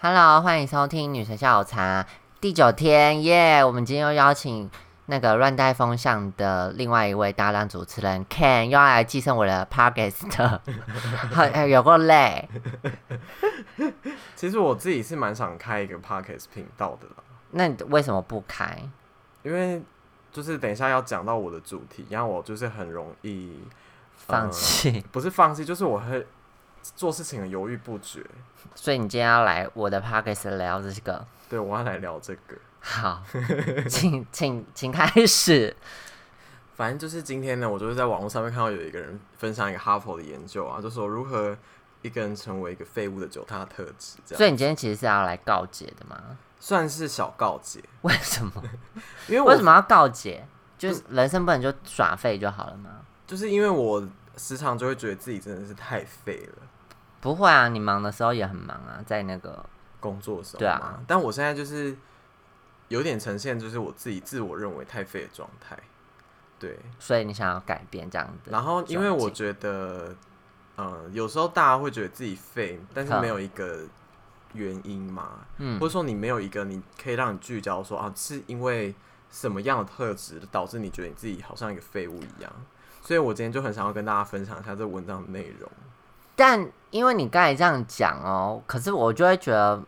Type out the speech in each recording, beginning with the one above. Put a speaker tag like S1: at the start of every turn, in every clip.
S1: Hello，欢迎收听《女神下午茶》第九天耶我们今天又邀请那个乱带风向的另外一位大量主持人 Ken 又要来继承我的 Podcast，好有够累。
S2: 其实我自己是蛮想开一个 podcast 频道的啦，
S1: 那你为什么不开？
S2: 因为就是等一下要讲到我的主题，然后我就是很容易呃
S1: 放
S2: 嗯
S1: 弃？
S2: 不是放弃，就是我会做事情很犹豫不决。
S1: 所以你今天要来我的 Podcast 聊这个？
S2: 对，我要来聊这个。
S1: 好，请请请开始。
S2: 反正就是今天呢，我就是在网络上面看到有一个人分享一个哈佛的研究啊，就说如何一个人成为一个废物的九大特质，这
S1: 所以
S2: 样
S1: 你今天其实是要来告解的吗？
S2: 算是小告解。
S1: 为什么？
S2: 因为我
S1: 为什么要告解？就是人生不能就耍废就好了吗？
S2: 就是因为我时常就会觉得自己真的是太废了。
S1: 不会啊，你忙的时候也很忙啊，在那个
S2: 工作的时候
S1: 对啊
S2: 嘛但我现在就是有点呈现就是我自己自我认为太废的状态，对。
S1: 所以你想要改变这样子。
S2: 然后因为我
S1: 状
S2: 觉得，呃，有时候大家会觉得自己废，但是
S1: 嗯
S2: 没有一个原因嘛，
S1: 嗯
S2: 或者说你没有一个你可以让你聚焦说啊，是因为什么样的特质导致你觉得你自己好像一个废物一样。所以我今天就很想要跟大家分享一下这文章的内容。
S1: 境但因为你刚才这样讲哦，可是我就会觉得，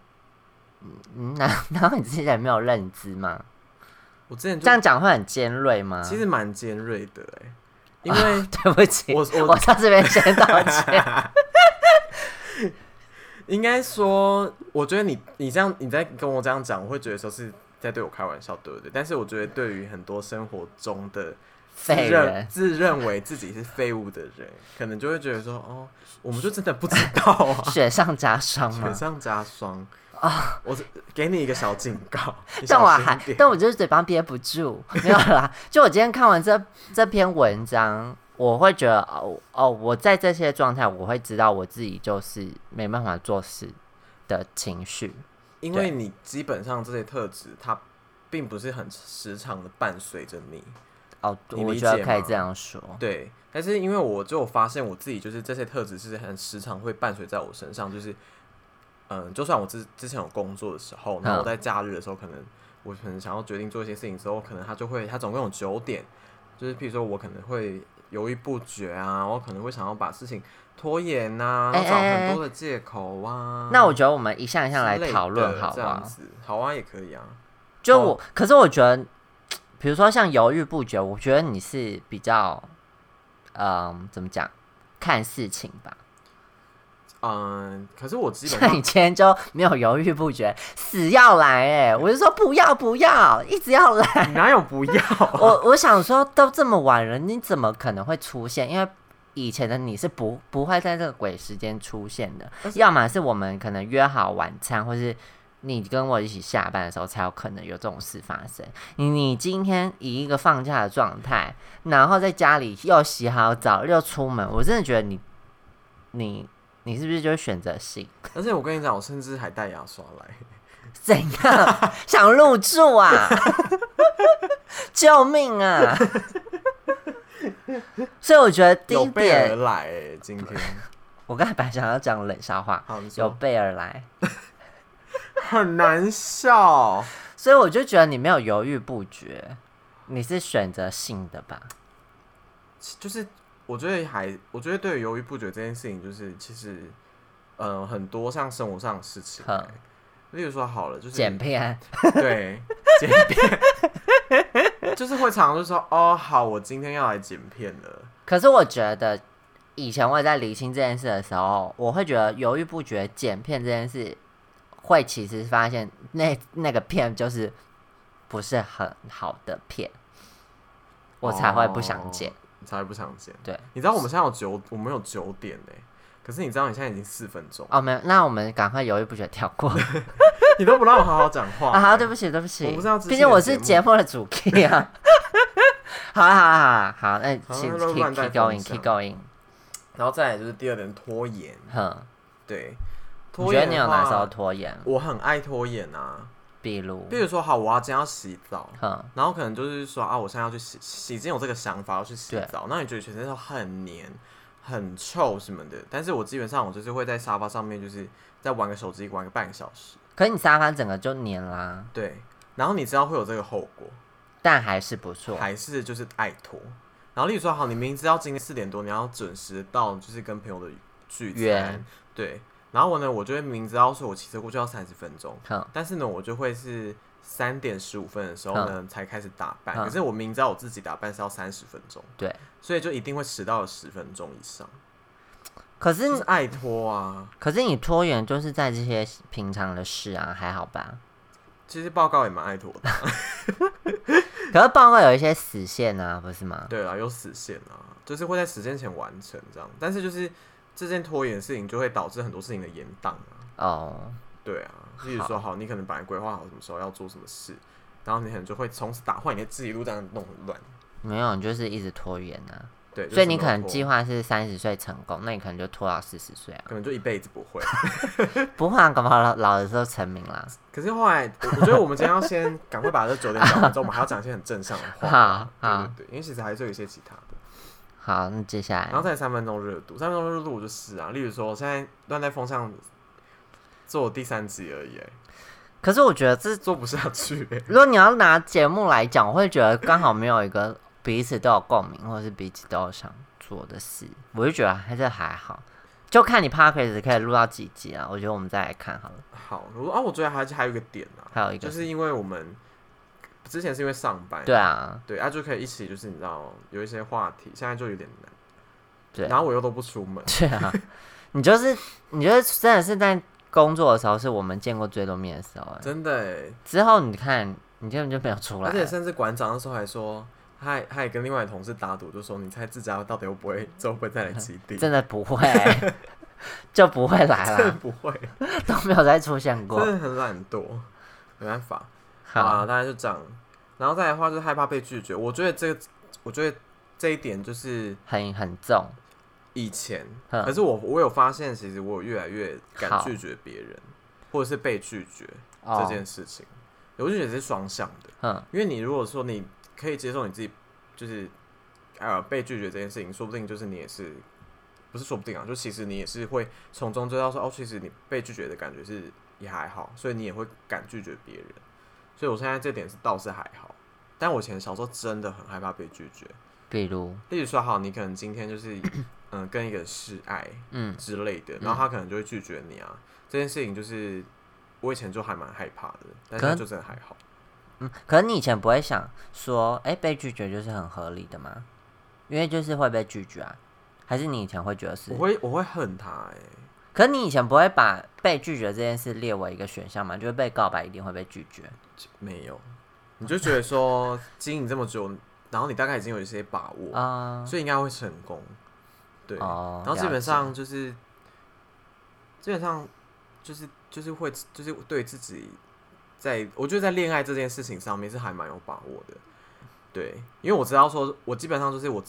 S1: 嗯， 难难道你之前没有认知吗？
S2: 我之前
S1: 这
S2: 就
S1: 样讲会很尖锐吗？
S2: 其实蛮尖锐的哎、因为
S1: 对不起，
S2: 我我
S1: 啊我在这边先道 歉。
S2: 应该说，我觉得你你这样你在跟我这样讲，我会觉得说是在对我开玩笑，对不对？但是我觉得对于很多生活中的自
S1: 废
S2: 认
S1: 人，，
S2: 自认为自己是废物的人，可能就会觉得说，哦，我们就真的不知道啊
S1: 雪上加霜
S2: 雪
S1: 吗？
S2: 上加霜啊！我是给你一个小警 告，你
S1: 但我
S2: 小心
S1: 还，
S2: 点
S1: 但我就是嘴巴憋不住，没有啦。就我今天看完这这篇文章，我会觉得哦哦，我在这些状态，我会知道我自己就是没办法做事的情绪。
S2: 因为你基本上这些特质，它并不是很时常的伴随着你。
S1: 哦，
S2: 你
S1: 我
S2: 理
S1: 觉得
S2: 解
S1: 可以
S2: 吗
S1: 这样说。
S2: 对，但是因为我就有发现我自己就是这些特质是很时常会伴随在我身上，就是嗯，就算我之之前有工作的时候，
S1: 嗯
S2: 然后我在假日的时候，可能我可能想要决定做一些事情之后，可能他就会他总共有九点，就是譬如说我可能会犹豫不决啊，我可能会想要把事情拖延呐、啊，
S1: 哎
S2: 然后找
S1: 哎哎
S2: 很多的借口啊。
S1: 那我觉得我们一项一
S2: 之
S1: 项来
S2: 类的
S1: 讨论好
S2: 这
S1: 吗
S2: 样？子，好啊，也可以啊。
S1: 就
S2: 哦
S1: 我，可是我觉得，比如说像犹豫不决，我觉得你是比较，嗯、怎么讲，看事情吧。
S2: 嗯，可是我基本
S1: 像
S2: 上
S1: 你今天就没有犹豫不决，死要来哎、我就说不要不要，一直要来。
S2: 哪有不要 啊、
S1: 我我想说，都这么晚了，你怎么可能会出现？因为以前的你是不不会在这个鬼时间出现的，要么是我们可能约好晚餐，或是你跟我一起下班的时候才有可能有这种事发生。你你今天以一个放假的状态，然后在家里又洗好澡又出门，我真的觉得你你你是不是就是选择性？
S2: 而且我跟你讲，我甚至还带牙刷来。
S1: 怎样？ 想入住啊？ 救命啊！ 所以我觉得第
S2: 有
S1: 一
S2: 备而
S1: 点，
S2: 来、欸，今天
S1: 我刚才本来想要讲冷笑话，
S2: 好，你
S1: 有
S2: 说
S1: 备而来，
S2: 很难笑。
S1: 所以我就觉得你没有犹豫不决，你是选择性的吧？
S2: 就是我觉得还，我觉得对于犹豫不决这件事情，就是其实，呃，很多像生活上的事情、
S1: 好
S2: 欸，例如说好了，就是
S1: 剪片，
S2: 对剪片， 就是会常常就说哦，好，我今天要来剪片了。
S1: 可是我觉得以前我在理清这件事的时候，我会觉得犹豫不决剪片这件事，会其实发现那那个片就是不是很好的片，我才会不想剪。
S2: 哦你才不想剪。
S1: 对，
S2: 你知道我们现在有九，我们有九点呢、可是你知道你现在已经四分钟，
S1: 哦，没有，那我们赶快犹豫不决跳过
S2: 你都不让我 好好讲话、
S1: 啊！好，对
S2: 欸
S1: 不起，对不起，
S2: 我不知道之前
S1: 毕竟我是
S2: 的节
S1: 节目的主 key 啊。好了，好了，好了，好，那
S2: 好
S1: 请
S2: 那
S1: keep
S2: 乱
S1: keep
S2: 带
S1: going
S2: 风
S1: keep
S2: 向
S1: going，
S2: 然后再来就是第二点拖延，
S1: 哼，
S2: 对，
S1: 你
S2: 拖
S1: 觉得
S2: 延
S1: 你
S2: 的
S1: 有哪时候
S2: 话，
S1: 拖延？
S2: 我很爱拖延啊。
S1: 比如，
S2: 比如说，好，我要今天要洗澡，
S1: 哼，
S2: 然后可能就是说啊，我现在要去洗洗，已经有这个想法要去洗澡，那你觉得全身都很黏、很臭什么的，但是我基本上我就是会在沙发上面，就是再玩个手机，玩个半个小时。
S1: 可是你沙发整个就黏啦，
S2: 对，然后你知道会有这个后果，
S1: 但还是不错。
S2: 还是就是爱拖。然后例如说，好，你明知道今天四点多你要准时到，就是跟朋友的聚
S1: 约
S2: 餐，对。然后我呢，我就会明知道说我骑车过去要三十分钟，
S1: 哼，
S2: 但是呢，我就会是三点十五分的时候呢、才开始打扮，
S1: 嗯
S2: 可是我明知道我自己打扮是要三十分钟，
S1: 对，嗯
S2: 所以就一定会迟到了十分钟以上，
S1: 可是
S2: 就是爱拖啊。
S1: 可是你拖延就是在这些平常的事啊，还好吧？
S2: 其实报告也蛮爱拖的，
S1: 可是报告有一些死线啊，不是吗？
S2: 对啦，有死线啊，就是会在时间前完成这样，但是就是这件拖延的事情就会导致很多事情的延宕啊，
S1: 哦，
S2: 对啊，例如说好，你可能本来规划好什么时候要做什么事，然后你可能就会从此打坏你的记录，这样弄很乱，
S1: 没有，你就是一直拖延啊。
S2: 对，
S1: 所以
S2: 就是
S1: 你可能
S2: 什么都拖
S1: 计划是三十岁成功，那你可能就拖到四十岁啊。
S2: 可能就一辈子不会。
S1: 不怕，搞不好老老的时候成名啦。
S2: 可是后来，我我觉得我们今天要先赶快把这九点讲完之后，我们还要讲一些很正向的 话。
S1: 好好哎
S2: 对对对，因为其实还是有一些其他的。
S1: 好，那接下
S2: 然后
S1: 来
S2: 再来三分钟热度，三分钟热度我就是啊，例如说我现在乱在风向做第三集而已，哎
S1: 可是我觉得这，
S2: 做不下去。哎
S1: 如果你要拿节目来讲，我会觉得刚好没有一个彼此都有共鸣，或者是彼此都有想做的事，我就觉得还是还好。就看你 p o d c a s t 可以录到几集啊？我觉得我们再来看好了。
S2: 好，我说啊，我觉得还还有一个点啊，
S1: 还有一个
S2: 就是因为我们之前是因为上班，
S1: 对啊，
S2: 对啊，就可以一起就是你知道有一些话题，现在就有点难。
S1: 对
S2: 然后我又都不出门，
S1: 对啊，你就是你就是真的是在工作的时候，是我们见过最多面的时候、欸。
S2: 真的哎，
S1: 之后你看，你根本就没有出来
S2: 而
S1: 了。
S2: 且甚至馆长那时候还说，他还他也跟另外的同事打赌，就说你猜自家到底会不会之后会再来基地？
S1: 真的不会，就不会来
S2: 真的
S1: 了，
S2: 不会，
S1: 都没有再出现
S2: 真
S1: 过。
S2: 的很懒惰，没办法。好
S1: 好，
S2: 啊，大概就这样。然后再来的话就是害怕被拒绝，我觉得这个，我觉得这一点就是
S1: 很很重，
S2: 以前，
S1: 嗯
S2: 可是我我有发现，其实我有越来越敢
S1: 好
S2: 拒绝别人，或者是被拒绝这
S1: 哦
S2: 件事情，我就觉得是双向的。
S1: 嗯，
S2: 因为你如果说你可以接受你自己就是呃被拒绝这件事情，说不定就是你也是不是说不定啊，就其实你也是会从中知道说哦，其实你被拒绝的感觉是也还好，所以你也会敢拒绝别人。所以我现在这点是倒是还好，但我以前小时候真的很害怕被拒绝。
S1: 比如，
S2: 例如说，好，你可能今天就是嗯、跟一个人示爱
S1: 嗯，
S2: 之类的，然后他可能就会拒绝你啊。这件事情就是我以前就还蛮害怕的，但
S1: 可
S2: 是
S1: 能
S2: 就真的还好。
S1: 嗯，可是你以前不会想说，哎、被拒绝就是很合理的吗？因为就是会被拒绝啊，还是你以前会觉得是
S2: 我？会我会恨他哎、
S1: 可是你以前不会把被拒绝这件事列为一个选项吗？就是被告白一定会被拒绝，
S2: 没有，你就觉得说 经营这么久，然后你大概已经有一些把握，
S1: 啊、
S2: 所以应该会成功。对，
S1: 哦
S2: 然后基
S1: 了
S2: 本
S1: 解
S2: 上就是，基本上就是就是会就是对自己在，我觉得在恋爱这件事情上面是还蛮有把握的。对，因为我知道说，我基本上就是我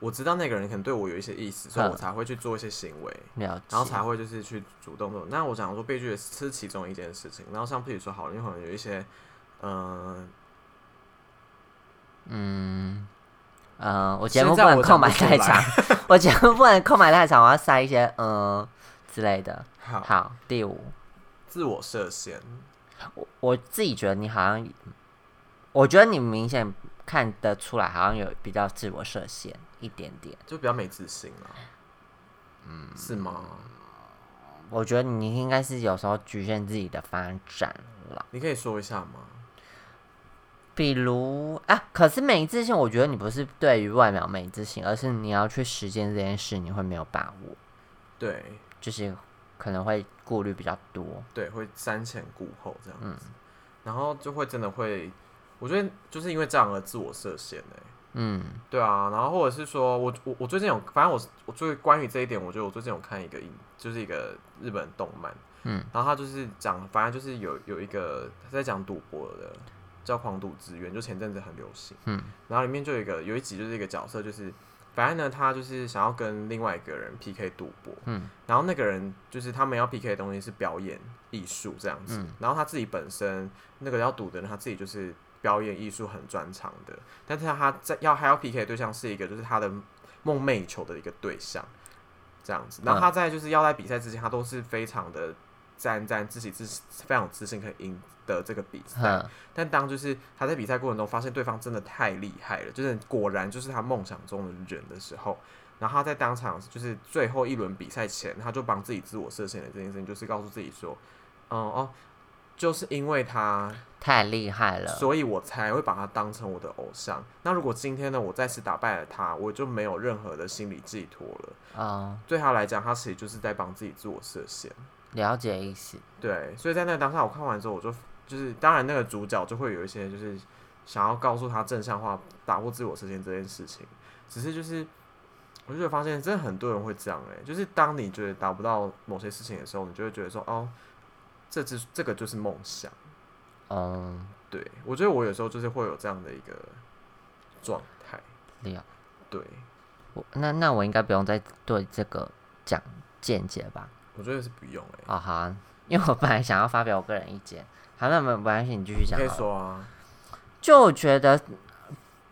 S2: 我知道那个人可能对我有一些意思，所以我
S1: 嗯
S2: 才会去做一些行为。
S1: 了解，
S2: 然后才会就是啊去主动做。那我想说，被拒绝是其中一件事情。然后像譬如说，好了，因为可能有一些，嗯、
S1: 嗯。嗯，我节目
S2: 现
S1: 不
S2: 在
S1: 能
S2: 我讲
S1: 空
S2: 不
S1: 白
S2: 出
S1: 太
S2: 来
S1: 长，我节目不能空白太长，我要塞一些嗯之类的。
S2: 好，
S1: 好，第五，
S2: 自我设限，
S1: 我我自己觉得你好像，我觉得你明显看得出来，好像有比较自我设限一点点。
S2: 就比较没自信了。嗯，是吗？
S1: 我觉得你应该是有时候局限自己的发展了，
S2: 你可以说一下吗？
S1: 比如啊，可是没自信，我觉得你不是对于外表没自信，而是你要去实践这件事，你会没有把握，
S2: 对
S1: 就是可能会顾虑比较多。
S2: 对，会瞻前顾后这样子，然后就会真的会，我觉得就是因为这样而自我设限哎、
S1: 嗯，
S2: 对啊，然后或者是说我我我最近有，反正我我最关于这一点，我觉得我最近有看一个影，就是一个日本动漫，
S1: 嗯，
S2: 然后他就是讲，反正就是有有一个他在讲赌博的，叫《狂赌之渊》，就前阵子很流行，
S1: 嗯，
S2: 然后里面就有一个有一集就是一个角色，就是反正呢他就是想要跟另外一个人 PK 赌博，
S1: 嗯，
S2: 然后那个人就是他们要 PK 的东西是表演艺术这样子，
S1: 嗯
S2: 然后他自己本身那个要赌的人他自己就是表演艺术很专长的，但是他在要还要 PK 的对象是一个就是他的梦寐以求的一个对象，这样子。那他在就是要在比赛之前，他都是非常的沾沾自喜，自非常有自信可以赢得这个比赛。
S1: 哼，
S2: 但当就是他在比赛过程中发现对方真的太厉害了，就是果然就是他梦想中的人的时候，然后他在当场就是最后一轮比赛前，他就帮自己自我设限了这件事情，就是告诉自己说，嗯哦，就是因为他
S1: 太厉害了，
S2: 所以我才会把他当成我的偶像。那如果今天呢，我再次打败了他，我就没有任何的心理寄托了。
S1: 哦，
S2: 对他来讲，他其实就是在帮自己自我设限。
S1: 了解意思，
S2: 对，所以在那个当下，我看完之后，我就就是当然那个主角就会有一些就是想要告诉他正向化、打破自我设限这件事情。只是就是，我就觉得发现真的很多人会这样哎、就是当你觉得达不到某些事情的时候，你就会觉得说哦，这只这个就是梦想。
S1: 嗯，
S2: 对，我觉得我有时候就是会有这样的一个状态。
S1: 了，
S2: 对，
S1: 我那那我应该不用再对这个讲见解吧？
S2: 我觉得是不用哎、
S1: 哦，好、啊，因为我本来想要发表我个人意见，好，那没没关系，你继续
S2: 你
S1: 讲
S2: 可以
S1: 好了。
S2: 说啊，
S1: 就我觉得，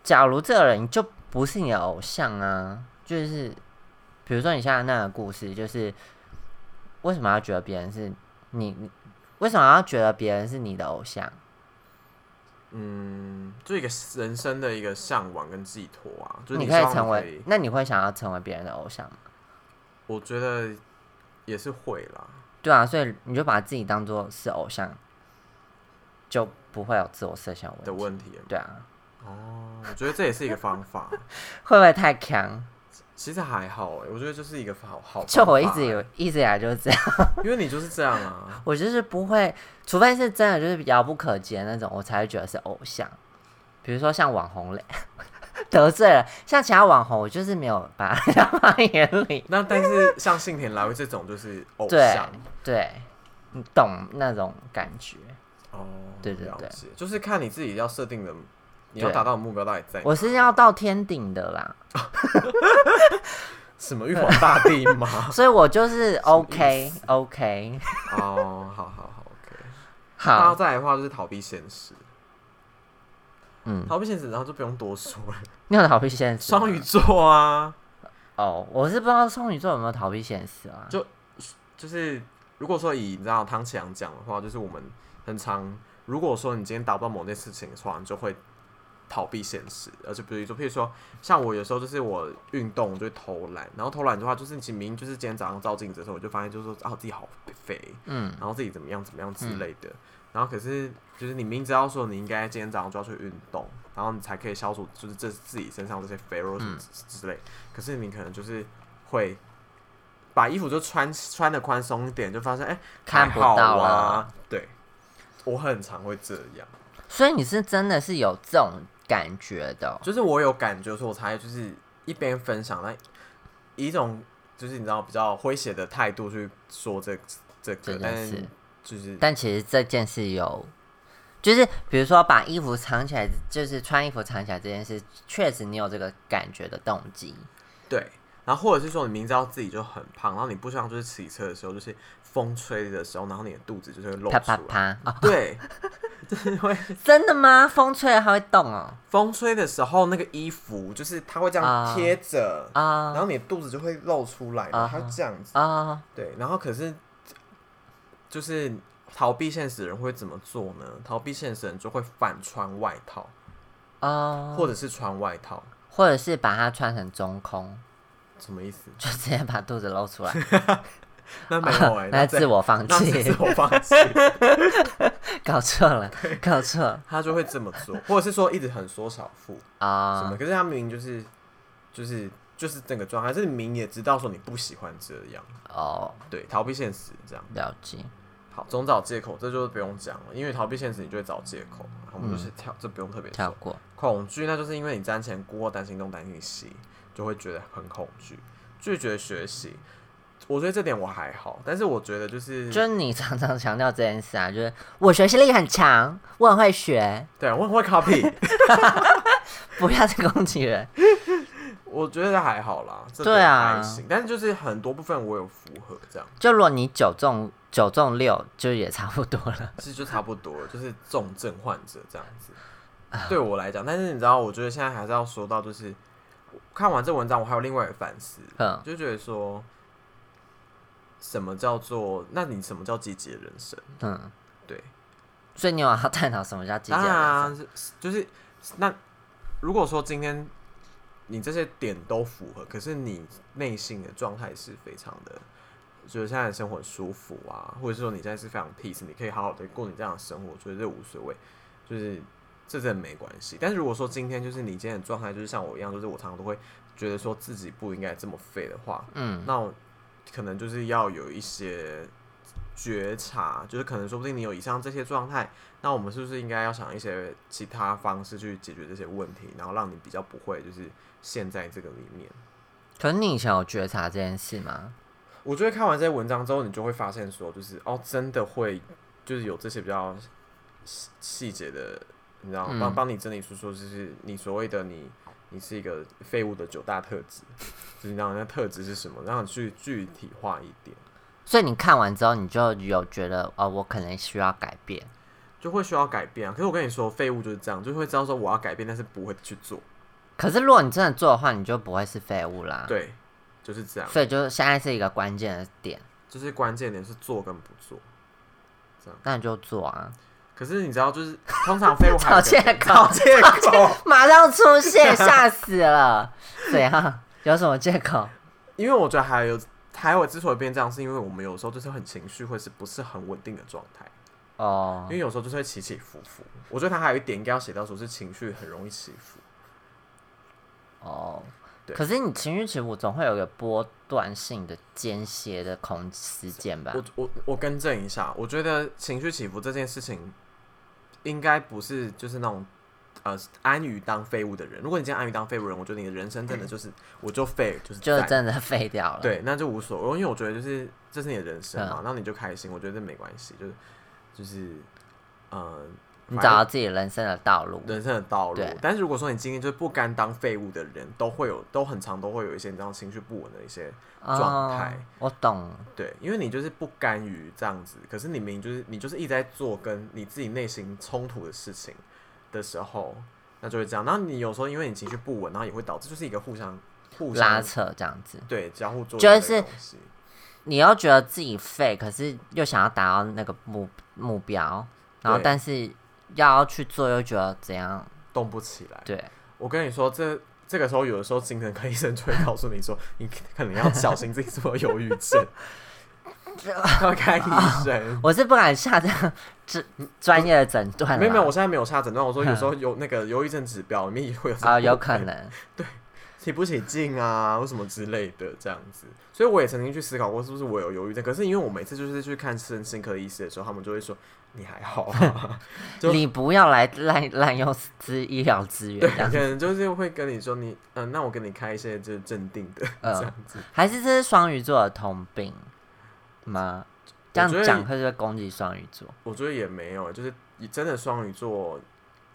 S1: 假如这个人就不是你的偶像啊，就是比如说你现在那个故事，就是为什么要觉得别人是你？你为什么要觉得别人是你的偶像？
S2: 嗯，就一个人生的一个向往跟寄托啊，就是
S1: 你
S2: 希望
S1: 以成
S2: 可
S1: 为
S2: 以，
S1: 那你会想要成为别人的偶像吗？
S2: 我觉得也是会啦。
S1: 对啊，所以你就把自己当做是偶像，就不会有自我设想的问题。
S2: 的问题
S1: 对啊，
S2: 哦，我觉得这也是一个方法。
S1: 会不会太强？
S2: 其实还好哎、我觉得就是一个好好。
S1: 就我一直有，，一直以来就是这样，
S2: 因为你就是这样啊。
S1: 我就是不会，除非是真的就是遥不可及的那种，我才会觉得是偶像。比如说像网红类， 得罪了，像其他网红，我就是没有把他 放在眼里。
S2: 那但是像幸田来未这种就是偶
S1: 对
S2: 像，
S1: 对，你懂那种感觉。
S2: 哦，
S1: 对对
S2: 了
S1: 对
S2: 解，就是看你自己要设定的，你要
S1: 对
S2: 达到的目标到底在哪
S1: 我是要到天顶的啦，
S2: 什么玉皇大帝吗？
S1: 所以我就是
S2: 意
S1: OK OK。
S2: 哦，好好好，OK。然后
S1: 好，
S2: 再来的话就是逃避现实，
S1: 嗯，
S2: 逃避现实，然后就不用多说了。
S1: 你有逃避现实吗？
S2: 双鱼座啊，
S1: 哦，我是不知道双鱼座有没有逃避现实啊。
S2: 就就是如果说以你知道汤启阳讲的话，就是我们很常，如果说你今天达不到某件事情的话，你就会逃避现实，而且比如说，譬如说，像我有时候就是我运动，我就会偷懒，然后偷懒的话，就是其实明明就是今天早上照镜子的时候，我就发现就是说，啊，自己好肥，
S1: 嗯，
S2: 然后自己怎么样怎么样之类的。然后可是就是你明知道说你应该今天早上就要去运动，然后你才可以消除就是这自己身上这些肥肉什么
S1: 嗯
S2: 之之类，可是你可能就是会。把衣服就穿穿的宽松一点，就发现哎、
S1: 看
S2: 还
S1: 不
S2: 好
S1: 到
S2: 啊
S1: 了。
S2: 对，我很常会这样，
S1: 所以你是真的是有这种感觉的哦、
S2: 就是我有感觉，说我才就是一边分享，那以一种就是你知道比较诙谐的态度去说这这
S1: 这
S2: 个，但
S1: 件事。
S2: 就是
S1: 但其实这件事有，就是比如说把衣服藏起来，就是穿衣服藏起来这件事，确实你有这个感觉的动机。
S2: 对，然后或者是说你明知道自己就很胖，然后你不希望就是骑车的时候，就是风吹的时候，然后你的肚子就是会露出
S1: 啪
S2: 来。
S1: 啪啪！哦，
S2: 对，就是会
S1: 真的吗？风吹了它会动哦。
S2: 风吹的时候，那个衣服就是它会这样
S1: 啊
S2: 贴着，然
S1: 啊
S2: 后你的肚子就会露出来，
S1: 啊
S2: 它会这样子。
S1: 啊！
S2: 对，然后可是就是逃避现实的人会怎么做呢？逃避现实的人就会反穿外套，
S1: 哦，
S2: 或者是穿外套，
S1: 或者是把它穿成中空，
S2: 什么意 思？
S1: 就直接把肚子露出来，
S2: 那没有哎、
S1: 那
S2: 这
S1: 自我放
S2: 那这
S1: 弃
S2: 是，我放弃。
S1: 搞错了，搞错了
S2: 他就会这么做，或者是说一直很缩小腹
S1: 啊！
S2: 什么，可是他明明就是就是就是这个状态，就是明明也知道说你不喜欢这样，
S1: 哦，
S2: 对，逃避现实这样。
S1: 了解。
S2: 好，总找借口，这就是不用讲了，因为逃避现实你就会找借口，然后我们就是跳，这不用特别
S1: 嗯跳
S2: 说。
S1: 过。
S2: 恐惧那就是因为你瞻前顾后、担心东担心西，就会觉得很恐惧，拒绝学习。我觉得这点我还好，但是我觉得就是
S1: 就是你常常强调这件事啊， 就是我学习力很强，我很会学，
S2: 对啊我很会 copy，
S1: 不要再攻击人。
S2: 我觉得还好啦，这
S1: 对
S2: 点
S1: 啊
S2: 还行，但是就是很多部分我有符合这样。
S1: 就如果你九中九中六，就也差不多了。
S2: 其实就差不多了，就是重症患者这样子。 对我来讲，但是你知道，我觉得现在还是要说到，就是看完这文章，我还有另外一个反思，
S1: 嗯
S2: 就觉得说，什么叫做，那你什么叫积极的人生？
S1: 嗯，
S2: 对，
S1: 所以你有要探讨什么叫积极
S2: 当
S1: 的
S2: 然
S1: 人
S2: 啊
S1: 生？，
S2: 是就是那如果说今天你这些点都符合，可是你内心的状态是非常的，就是现在的生活很舒服啊，或者是说你现在是非常 peace，你可以好好的过你这样的生活，我觉得这无所谓，就是这真的没关系。但是如果说今天就是你今天的状态就是像我一样，就是我常常都会觉得说自己不应该这么废的话，
S1: 嗯，
S2: 那我可能就是要有一些觉察，就是可能说不定你有以上这些状态，那我们是不是应该要想一些其他方式去解决这些问题，然后让你比较不会就是陷在这个里面？
S1: 可是你以前有觉察这件事吗？
S2: 我觉得看完这些文章之后，你就会发现说，就是哦，真的会就是有这些比较细细节的，你知道，
S1: 嗯
S2: 帮帮你整理出说，就是你所谓的你，你是一个废物的九大特质，就是你知道那特质是什么，让你去具体化一点。
S1: 所以你看完之后，你就有觉得哦，我可能需要改变。
S2: 就会需要改变啊。可是我跟你说，废物就是这样，就会知道说我要改变，但是不会去做。
S1: 可是如果你真的做的话，你就不会是废物啦。，
S2: 对，啊就是这样。
S1: 所以就是现在是一个关键的点，
S2: 就是关键点是做跟不做。
S1: 那你就做啊。
S2: 可是你知道，就是通常废物还
S1: 找
S2: 有
S1: 借
S2: 一个
S1: 口
S2: 找借口，
S1: 马上出现，吓死了！ 怎样？有什么借口？
S2: 因为我觉得还有还有之所以变这样，是因为我们有时候就是很情绪会是不是很稳定的状态，
S1: 哦
S2: 因，为有时候就是会起起伏伏。我觉得他还有一点应该要写到说是情绪很容易起伏。
S1: 哦，
S2: 对
S1: 可是你情绪起伏总会有一个波段性的间歇的空时间吧？
S2: 我我我更正一下，我觉得情绪起伏这件事情，应该不是就是那种呃安于当废物的人。如果你今天安于当废物人，我觉得你的人生真的就是、我就废，就是
S1: 就
S2: 在
S1: 真的废掉了。，
S2: 对，那就无所谓，因为我觉得就是这是你的人生
S1: 嗯
S2: 嘛，那你就开心，我觉得没关系，就是就是呃，
S1: 你
S2: 反
S1: 找
S2: 正
S1: 到自己人生的道路。
S2: 人生的道路
S1: 对。
S2: 但是如果说你今天就是不甘当废物的人，都会有都很常都会有一些你这样情绪不稳的一些状态
S1: 哦，我懂。
S2: 对，因为你就是不甘于这样子，可是你明明就是你就是一直在做跟你自己内心冲突的事情的时候，那就会这样。然后你有时候因为你情绪不稳，然后也会导致就是一个互相互
S1: 拉
S2: 相
S1: 扯这样子，
S2: 对交互作
S1: 就
S2: 用的
S1: 是
S2: 东西。
S1: 你又觉得自己废，可是又想要达到那个目目标，然后
S2: 对
S1: 但是要去做又觉得怎样？
S2: 动不起来。
S1: 对，
S2: 我跟你说，这这个时候有的时候精神科医 生就会告诉你说，你可能要小心自己做忧郁 症，要看医生。
S1: 我是不敢下这样这专业的诊断啦。
S2: 没有没有，我现在没有下诊断。我说有时候有那个忧郁症指标里面也会有这
S1: 啊，
S2: 个
S1: 有
S2: 部
S1: 可
S2: 分
S1: 能。
S2: 提不起劲啊，或什么之类的这样子。所以我也曾经去思考过，是不是我有忧郁症？可是因为我每次就是去看身心科医师的时候，他们就会说你还好、 啊， 就
S1: 你不要来 滥滥用资医疗资源
S2: 对，
S1: 这样
S2: 可能就是会跟你说你，嗯、那我给你开一些就是镇定的、
S1: 嗯
S2: 这样子。
S1: 还是这是双鱼座的通病吗？这样
S2: 我觉得
S1: 讲会不会攻击双鱼座？
S2: 我觉得也没有，就是真的双鱼座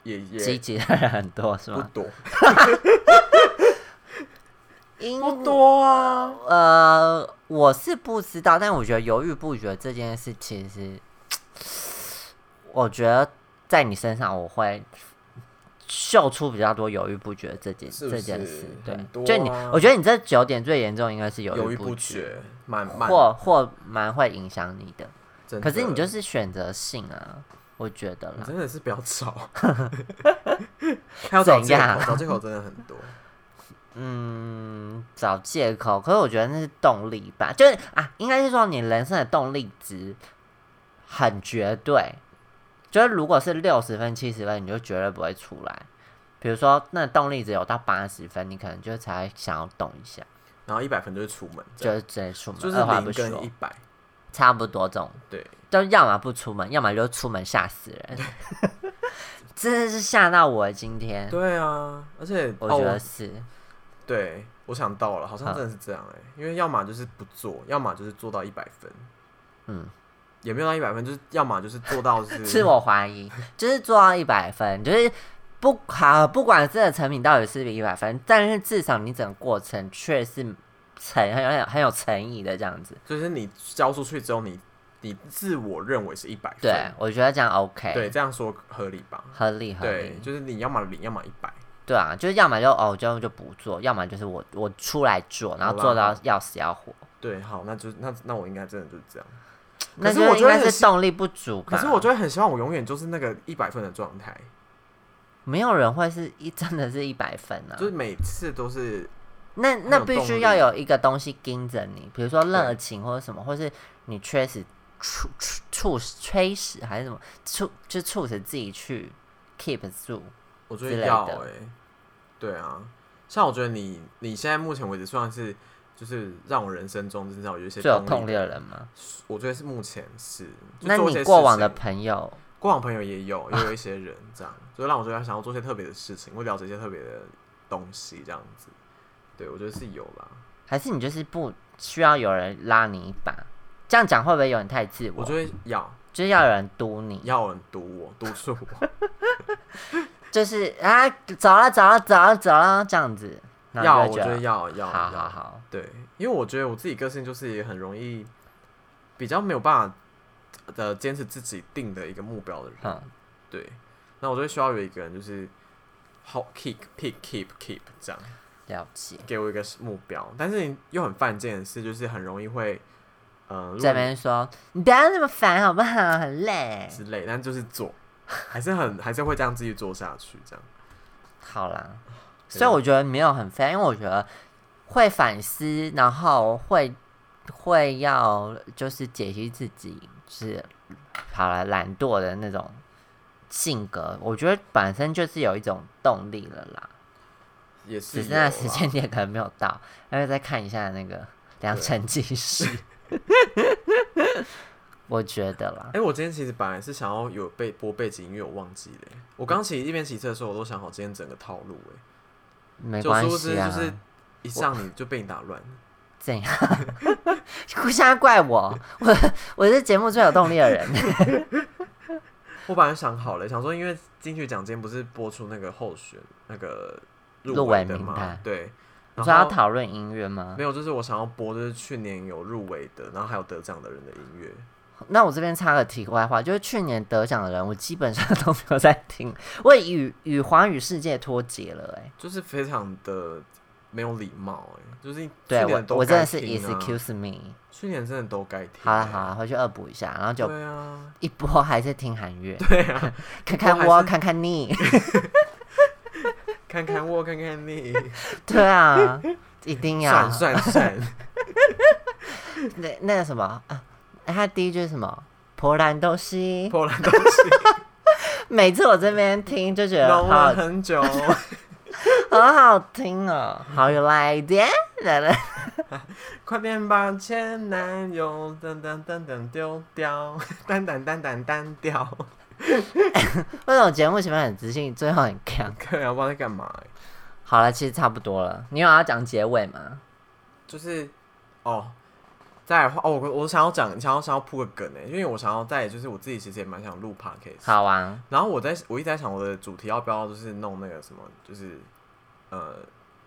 S2: 也
S1: 积
S2: 也
S1: 极的人很多 是
S2: 不
S1: 吗？
S2: 多，
S1: 因
S2: 不多啊。
S1: 呃，我是不知道，但我觉得犹豫不决这件事，其实我觉得在你身上我会秀出比较多犹豫不决这件
S2: 是不
S1: 这件
S2: 是
S1: 事。对
S2: 很，多
S1: 就你，
S2: 啊
S1: 我觉得你这九点最严重应该是
S2: 犹
S1: 豫
S2: 豫不
S1: 决，
S2: 决，慢慢，
S1: 或或蛮会影响你的。
S2: 真
S1: 可是
S2: 的
S1: 你就是选择性啊，我觉得
S2: 你
S1: 啦。
S2: 真的是不要 吵，还有找
S1: 怎
S2: 借
S1: 样
S2: 口，找借口真的很多。
S1: 嗯，找借口，可是我觉得那是动力吧，就是啊，应该是说你人生的动力值很绝对，就是如果是六十分、七十分，你就绝对不会出来。比如说，那动力值有到八十分，你可能就才会想要动一下，
S2: 然后一百分就是出门，这
S1: 就
S2: 样
S1: 是直接出门，
S2: 啊就是
S1: 二话不
S2: 零
S1: 说
S2: 跟一，百，
S1: 差不多这种，
S2: 对，
S1: 就要么不出门，要么就出门吓死 人，真的是吓到我今天，
S2: 对啊，而且
S1: 嗯我觉得
S2: 哦、
S1: 是。
S2: 对，我想到了，好像
S1: 好
S2: 真的是这样哎、因为要么就是不做，要么就是做到一百分，
S1: 嗯，
S2: 也没有到一百分，就是要么就是做到是
S1: 自我怀疑，就是做到一百分，就是不好，不管这个成品到底是不是一百分，但是至少你整个过程却是诚很有很有诚意的这样子。
S2: 就是你交出去之后你，你自我认为是一百分，
S1: 对，我觉得这样 OK，
S2: 对，这样说合理吧？
S1: 合理合
S2: 对
S1: 理，，
S2: 就是你要么零，要么一百，
S1: 对啊，就是要么就哦就就不做，要么就是我我出来做，然后
S2: 好啦
S1: 做到要死要活。
S2: 对，好，那就那那我应该真的就是这样。
S1: 那
S2: 可是我
S1: 就
S2: 觉
S1: 应
S2: 得
S1: 该
S2: 很
S1: 是动力不足吧。
S2: 可是我就会很希望我永远就是那个一百分的状态，
S1: 没有人会是一真的是一百分啊
S2: 就。是每次都是
S1: 那那
S2: 有
S1: 必
S2: 动
S1: 须
S2: 力
S1: 要有一个东西盯着你，比如说热情或者什么，或是你确实促促促使催使还是什么促就促使自己去 keep 住。
S2: 我觉
S1: 之
S2: 得
S1: 类
S2: 要哎、
S1: 的
S2: 对啊，像我觉得你你现在目前为止算是就是让我人生中至少有一些
S1: 最有
S2: 动
S1: 动
S2: 力
S1: 力的人吗？
S2: 我觉得是目前是，就
S1: 那
S2: 做一些
S1: 你过
S2: 事
S1: 往的
S2: 情
S1: 朋友，
S2: 过往朋友也有，也有一些人这样，就让我觉得想要做些特别的事情，会了解一些特别的东西这样子。对，我觉得是有啦。
S1: 还是你就是不需要有人拉你一把？这样讲会不会有点太自
S2: 我
S1: 我？
S2: 觉得要
S1: 就是要有人督你，
S2: 要有人堵我，督 促我，
S1: 就是啊，走了走了走了走了这样子，然
S2: 要
S1: 后你
S2: 我
S1: 就
S2: 觉
S1: 会
S2: 得要要
S1: 好好
S2: 要。
S1: 好，
S2: 对，因为我觉得我自己个性就是也很容易，比较没有办法的坚持自己定的一个目标的人。
S1: 嗯，
S2: 对，那我就会需要有一个人就是好 keep keep keep keep 这样。
S1: 了解。
S2: 给我一个目标，但是你又很犯贱的事，就是很容易会，呃，
S1: 这
S2: 论
S1: 边说你不要那么烦好不好？很累。
S2: 之类，但就是做，还是很还是会这样继续做下去，这样。
S1: 好啦，
S2: 对
S1: 所以我觉得没有很烦，因为我觉得会反思，然后会会要就是解析自己，就是好了懒惰的那种性格，我觉得本身就是有一种动力了啦。
S2: 也是
S1: 只
S2: 有啦，
S1: 是那时间点可能没有到，然后再看一下那个良辰吉 时。我觉得啦
S2: 哎、，我今天其实本来是想要有背播背景音乐，我忘记了欸、
S1: 嗯
S2: 我刚骑一边骑车的时候，我都想好今天整个套路、欸
S1: 没
S2: 哎，就
S1: 关
S2: 殊不知
S1: 系啊
S2: 就，是一上你就被你打乱。
S1: 怎样？ 互相怪我，我我是节目最有动力 的人。
S2: 我本来想好了，想说因为金曲奖今天不是播出那个候选那个
S1: 入
S2: 围
S1: 围
S2: 的
S1: 名
S2: 嘛
S1: 单，
S2: 对，
S1: 你
S2: 然
S1: 说要
S2: 后。
S1: 讨论音乐吗
S2: 没？有，就是我想要播，就是去年有入围的，然后还有得奖的人的音乐。
S1: 那我这边插个题外话，就是去年得奖的人，我基本上都没有在听， 我也与与华语世界脱节了、欸。哎，
S2: 就是非常的没有礼貌哎、就是去
S1: 对
S2: 年
S1: 我
S2: 都
S1: 我真
S2: 该
S1: 的是
S2: 听啊
S1: excuse me。
S2: 去年真的都该听、
S1: 好了
S2: 欸
S1: 好了，回去恶补一下，然后就
S2: 对啊，
S1: 一波还是听韩乐，
S2: 对啊，
S1: 看看
S2: 我还
S1: 我，
S2: 是
S1: 看看你，
S2: 看看我，看看 你，
S1: 对 啊，一定要
S2: 算。算算，
S1: 那那个什么啊，他第一句是什么？波兰东西，
S2: 波兰东西
S1: 每次我这边听就觉得好
S2: 弄了
S1: 啊好
S2: 很久，
S1: 很好听哦，好有来电，来来，
S2: 快点把前男友噔噔噔噔丢掉， 单单单单单掉。
S1: 为什么节目前面很自信，最后很强？
S2: 看啊，不知道在干嘛、欸，
S1: 好了，其实差不多了。你有要讲结尾吗？
S2: 就是哦。再来的话哦，我我想要讲，想要想要铺个梗哎、因为我想要再就是我自己其实也蛮想录 podcast，
S1: 好啊，
S2: 然后我在我一直在想我的主题要不要就是弄那个什么，就是呃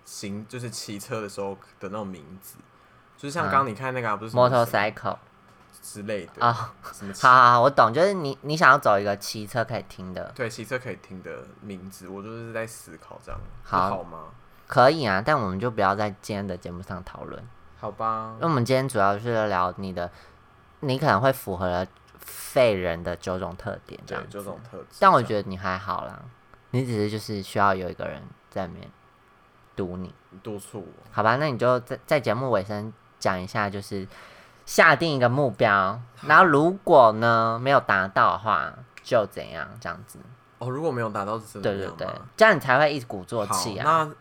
S2: 行就是骑车的时候的那种名字，就是像
S1: 啊
S2: 刚刚你看那个、啊、不是什么
S1: ，motorcycle
S2: 之类的
S1: 啊，
S2: 什么骑
S1: 好好好，我懂，就是你你想要走一个骑车可以听的，
S2: 对骑车可以听的名字，我就是在思考这样不
S1: 好
S2: 好吗？
S1: 可以啊，但我们就不要在今天的节目上讨论，
S2: 好吧
S1: 因为，我们今天主要是聊你的，你可能会符合了废人的九种特点这
S2: 对
S1: 样，
S2: 就这种特质。
S1: 但我
S2: 得
S1: 觉得你还好啦，你只是就是需要有一个人在面堵你。
S2: 督促我，
S1: 好吧，那你就在在节目尾声讲一下，就是下定一个目标，然后如果呢没有达到的话，就怎样这样子？
S2: 哦，如果没有达到是真的
S1: 对对
S2: 这
S1: 对
S2: 样吗，
S1: 这样你才会一鼓作
S2: 好，
S1: 气啊。
S2: 那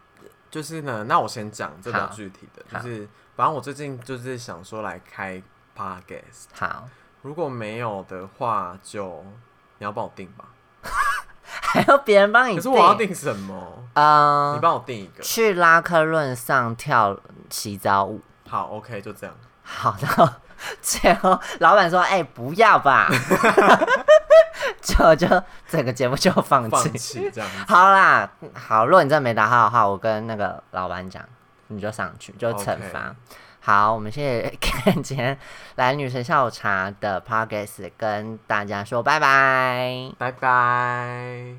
S2: 就是呢，那我先讲这比较
S1: 好
S2: 具体的，
S1: 好
S2: 就是反正我最近就是想说来开 podcast。
S1: 好，
S2: 如果没有的话就，你要帮我定吧。
S1: 还要别人帮你
S2: 可
S1: 定。
S2: 是我要定什么？你
S1: 呃，
S2: 帮我定一个。
S1: 去拉克润上跳洗澡舞。
S2: 好，OK，就这样。
S1: 好的，然后最后老板说：“哎、不要吧。”就就整个节目就放
S2: 放
S1: 弃。
S2: 弃这样子。
S1: 好啦，好，如果你真的没打好的话，我跟那个老板讲，你就上去，就惩罚。好，我们谢谢看今天来女神下午茶的 podcast 跟大家说拜拜。
S2: 拜拜。